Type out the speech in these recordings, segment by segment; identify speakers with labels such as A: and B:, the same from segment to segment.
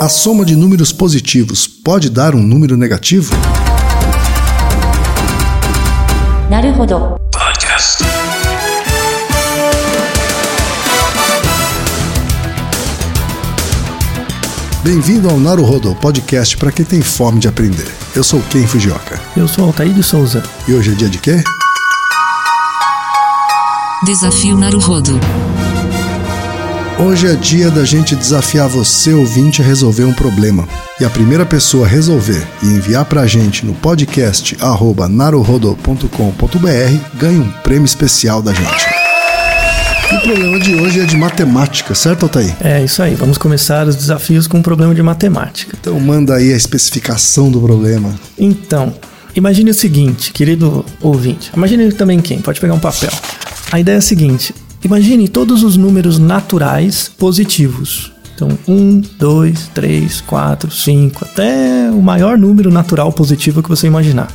A: A soma de números positivos pode dar um número negativo?
B: なるほど。
A: Bem-vindo ao Naruhodo, podcast para quem tem fome de aprender. Eu sou Ken Fujioka.
C: Eu sou Altair de Souza.
A: E hoje é dia de quê?
D: Desafio Naruhodo.
A: Hoje é dia da gente desafiar você, ouvinte, a resolver um problema. E a primeira pessoa a resolver e enviar pra gente no podcast arroba naruhodo.com.br ganha um prêmio especial da gente. O problema de hoje é de matemática, certo, Altair?
C: É isso aí, vamos começar os desafios com um problema de matemática.
A: Então manda aí a especificação do problema.
C: Então, imagine o seguinte, querido ouvinte. Imagine também quem, pode pegar um papel. A ideia é a seguinte: imagine todos os números naturais positivos. Então, 1, 2, 3, 4, 5, até o maior número natural positivo que você imaginar,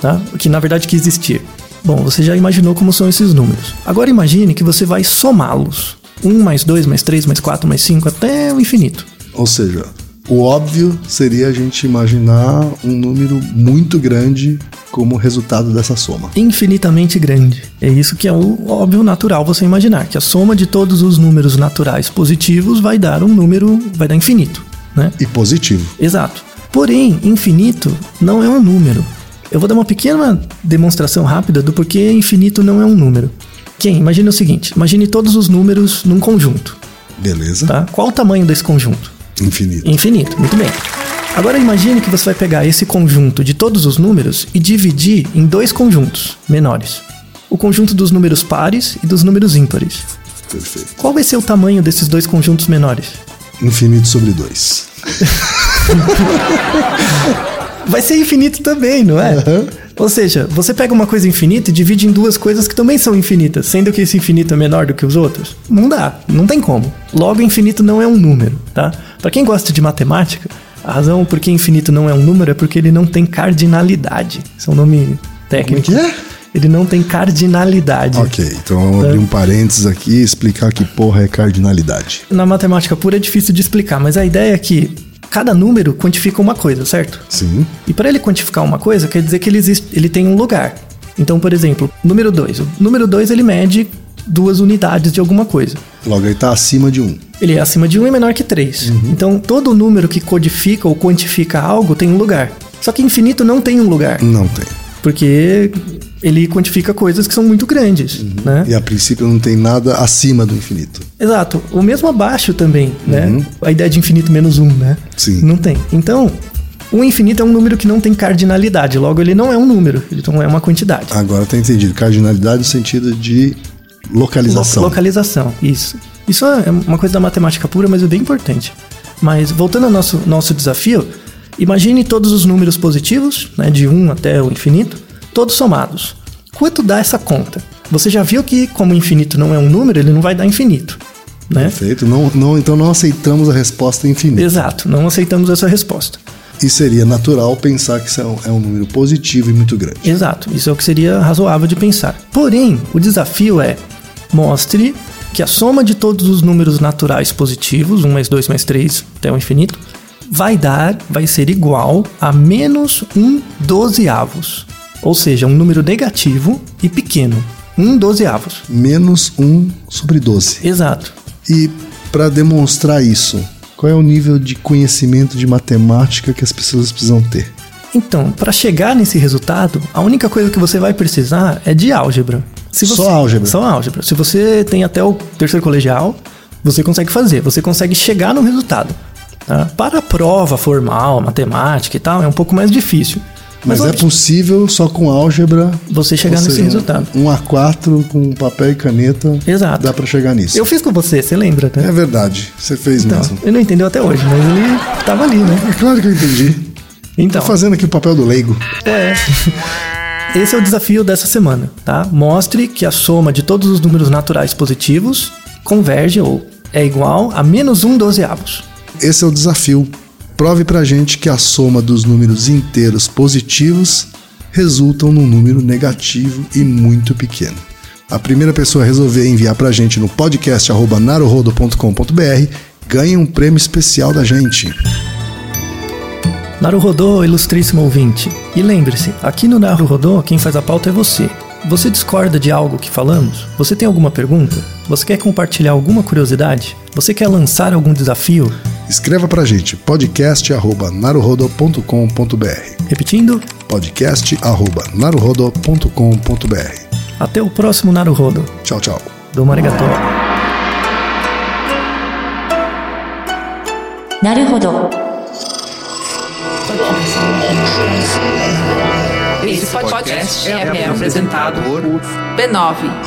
C: tá? O que na verdade que existir. Bom, você já imaginou como são esses números. Agora imagine que você vai somá-los. 1 mais 2 mais 3 mais 4 mais 5 até o infinito.
A: Ou seja, o óbvio seria a gente imaginar um número muito grande como resultado dessa soma.
C: infinitamente grande. É isso que é o óbvio natural você imaginar, que a soma de todos os números naturais positivos vai dar um número, vai dar infinito, né?
A: E positivo.
C: Exato. Porém, infinito não é um número. Eu vou dar uma pequena demonstração rápida do porquê infinito não é um número. Quem? Imagine o seguinte, imagine todos os números num conjunto,
A: Beleza?
C: tá? Qual o tamanho desse conjunto?
A: Infinito.
C: Infinito, muito bem. Agora imagine que você vai pegar esse conjunto de todos os números e dividir em dois conjuntos menores. O conjunto dos números pares e dos números ímpares.
A: Perfeito.
C: Qual vai ser o tamanho desses dois conjuntos menores?
A: Infinito sobre 2.
C: Vai ser infinito também, não é? Ou seja, você pega uma coisa infinita e divide em duas coisas que também são infinitas, sendo que esse infinito é menor do que os outros. Não dá, não tem como. Logo, infinito não é um número, tá? Pra quem gosta de matemática, a razão por que infinito não é um número é porque ele não tem cardinalidade. Esse é um nome técnico.
A: que é?
C: Ele não tem cardinalidade.
A: Ok, então vamos abrir um parênteses aqui e explicar que porra é cardinalidade.
C: Na matemática pura é difícil de explicar, mas a ideia é que cada número quantifica uma coisa, certo?
A: Sim.
C: E para ele quantificar uma coisa, quer dizer que ele, existe, ele tem um lugar. Então, por exemplo, número 2. O número 2 ele mede duas unidades de alguma coisa.
A: Logo ele tá acima de 1. Um.
C: Ele é acima de 1 um e menor que 3.
A: Uhum.
C: Então, todo número que codifica ou quantifica algo tem um lugar. Só que infinito não tem um lugar,
A: Não tem.
C: porque ele quantifica coisas que são muito grandes, né?
A: Uhum. E a princípio não tem nada acima do infinito.
C: Exato. O mesmo abaixo também, né? A ideia de infinito menos um, né?
A: Uhum. Sim.
C: Não tem. Então, o infinito é um número que não tem cardinalidade. Logo, ele não é um número. Ele não é uma quantidade.
A: Agora tá entendido. Cardinalidade no sentido de localização.
C: Lo- localização, isso. Isso é uma coisa da matemática pura, mas é bem importante. Mas voltando ao nosso, nosso desafio, imagine todos os números positivos, né, de 1 até o infinito, todos somados. Quanto dá essa conta? Você já viu que, como o infinito não é um número, ele não vai dar infinito, né?
A: Perfeito. Não, não, então não aceitamos a resposta infinita.
C: Exato, não aceitamos essa resposta.
A: E seria natural pensar que isso é um, é um número positivo e muito grande.
C: Exato, isso é o que seria razoável de pensar. Porém, o desafio é mostre que a soma de todos os números naturais positivos, 1 mais 2 mais 3 até o infinito, vai dar, vai ser igual a menos 1 dozeavos. Ou seja, um número negativo e pequeno. 1 dozeavos.
A: Menos 1 sobre 12.
C: Exato.
A: E para demonstrar isso, qual é o nível de conhecimento de matemática que as pessoas precisam ter?
C: Então, para chegar nesse resultado, a única coisa que você vai precisar é de álgebra. Se
A: Só álgebra?
C: Só álgebra. Se você tem até o terceiro colegial, você consegue fazer, você consegue chegar no resultado. tá? Para a prova formal, matemática e tal, é um pouco mais difícil.
A: Mas, é
C: olha,
A: possível só com álgebra.
C: você chegar
A: ou
C: nesse
A: seja,
C: resultado.
A: Um A4 com papel e caneta.
C: Exato.
A: Dá para chegar nisso.
C: Eu fiz com você, você lembra, né?
A: É verdade. Você fez
C: Então,
A: É mesmo.
C: ele não entendeu até hoje, mas ele tava ali, né?
A: É claro que eu entendi.
C: Então,
A: Tô fazendo aqui o papel do leigo.
C: É. Esse é o desafio dessa semana, tá? Mostre que a soma de todos os números naturais positivos converge ou é igual a menos um dozeavos.
A: Esse é o desafio. Prove pra gente que a soma dos números inteiros positivos resultam num número negativo e muito pequeno. A primeira pessoa a resolver enviar pra gente no podcast arroba naruhodo.com.br ganha um prêmio especial da gente.
C: Naruhodô, ilustríssimo ouvinte. E lembre-se, aqui no Naruhodô, quem faz a pauta é você. Você discorda de algo que falamos? Você tem alguma pergunta? Você quer compartilhar alguma curiosidade? Você quer lançar algum desafio?
A: Escreva pra gente, podcast.naruhodo.com.br.
C: Repetindo,
A: Podcast.naruhodo.com.br.
C: até o próximo Naruhodo.
A: Tchau, tchau.
C: Do Marigatô.
B: なるほど。
E: Esse podcast é apresentado por b9.com.br.